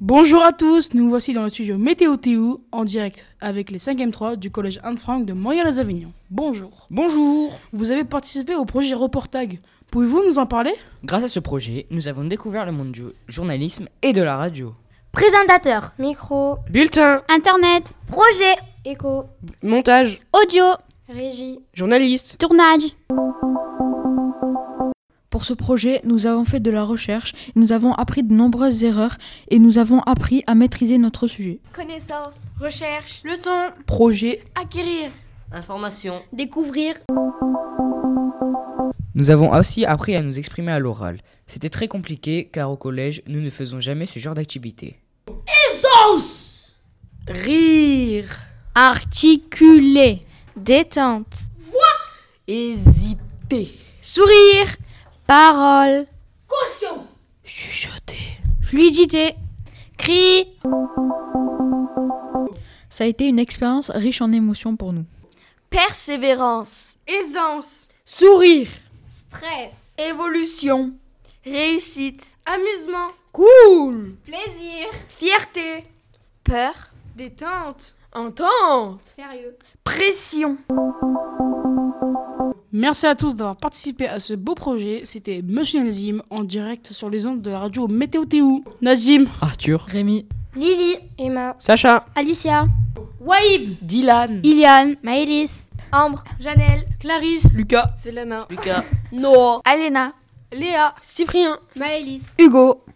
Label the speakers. Speaker 1: Bonjour à tous, nous voici dans le studio Météo TU en direct avec les 5e 3 du collège Anne-Franck de Montréal-les-Avignon. Bonjour.
Speaker 2: Bonjour
Speaker 1: Vous avez participé au projet Reportag. Pouvez-vous nous en parler
Speaker 2: Grâce à ce projet, nous avons découvert le monde du journalisme et de la radio.
Speaker 3: Présentateur,
Speaker 4: Micro,
Speaker 5: Bulletin,
Speaker 3: internet, projet,
Speaker 4: écho,
Speaker 5: montage,
Speaker 3: audio,
Speaker 4: régie,
Speaker 5: journaliste.
Speaker 3: tournage.
Speaker 6: Pour ce projet, nous avons fait de la recherche, nous avons appris de nombreuses erreurs et nous avons appris à maîtriser notre sujet.
Speaker 4: connaissance, recherche,
Speaker 3: Leçon,
Speaker 6: Projet,
Speaker 3: acquérir,
Speaker 7: Information,
Speaker 3: découvrir.
Speaker 2: Nous avons aussi appris à nous exprimer à l'oral. C'était très compliqué car au collège, nous ne faisons jamais ce genre d'activité.
Speaker 5: Rire.
Speaker 3: Articuler,
Speaker 4: détente,
Speaker 5: Hésiter.
Speaker 3: sourire,
Speaker 4: parole,
Speaker 3: fluidité, cri.
Speaker 6: ça a été une expérience riche en émotions pour nous.
Speaker 4: persévérance,
Speaker 8: aisance,
Speaker 5: Sourire.
Speaker 3: Stress,
Speaker 8: évolution,
Speaker 4: réussite,
Speaker 8: amusement,
Speaker 5: Cool.
Speaker 3: plaisir,
Speaker 8: fierté,
Speaker 4: peur,
Speaker 8: détente, entente,
Speaker 3: sérieux.
Speaker 8: pression.
Speaker 1: Merci à tous d'avoir participé à ce beau projet. C'était Monsieur Nazim en direct sur les ondes de la radio Météo TU. Nazim,
Speaker 2: Arthur.
Speaker 6: Rémi,
Speaker 3: Lily,
Speaker 4: Emma,
Speaker 5: Sacha.
Speaker 3: Alicia,
Speaker 1: Waïb, Dylan,
Speaker 3: Iliane, Maëlys,
Speaker 4: Ambre, Janelle,
Speaker 1: Clarisse,
Speaker 8: Selena,
Speaker 7: Lucas,
Speaker 4: Alena,
Speaker 8: Léa,
Speaker 3: Maëlys.
Speaker 5: Hugo.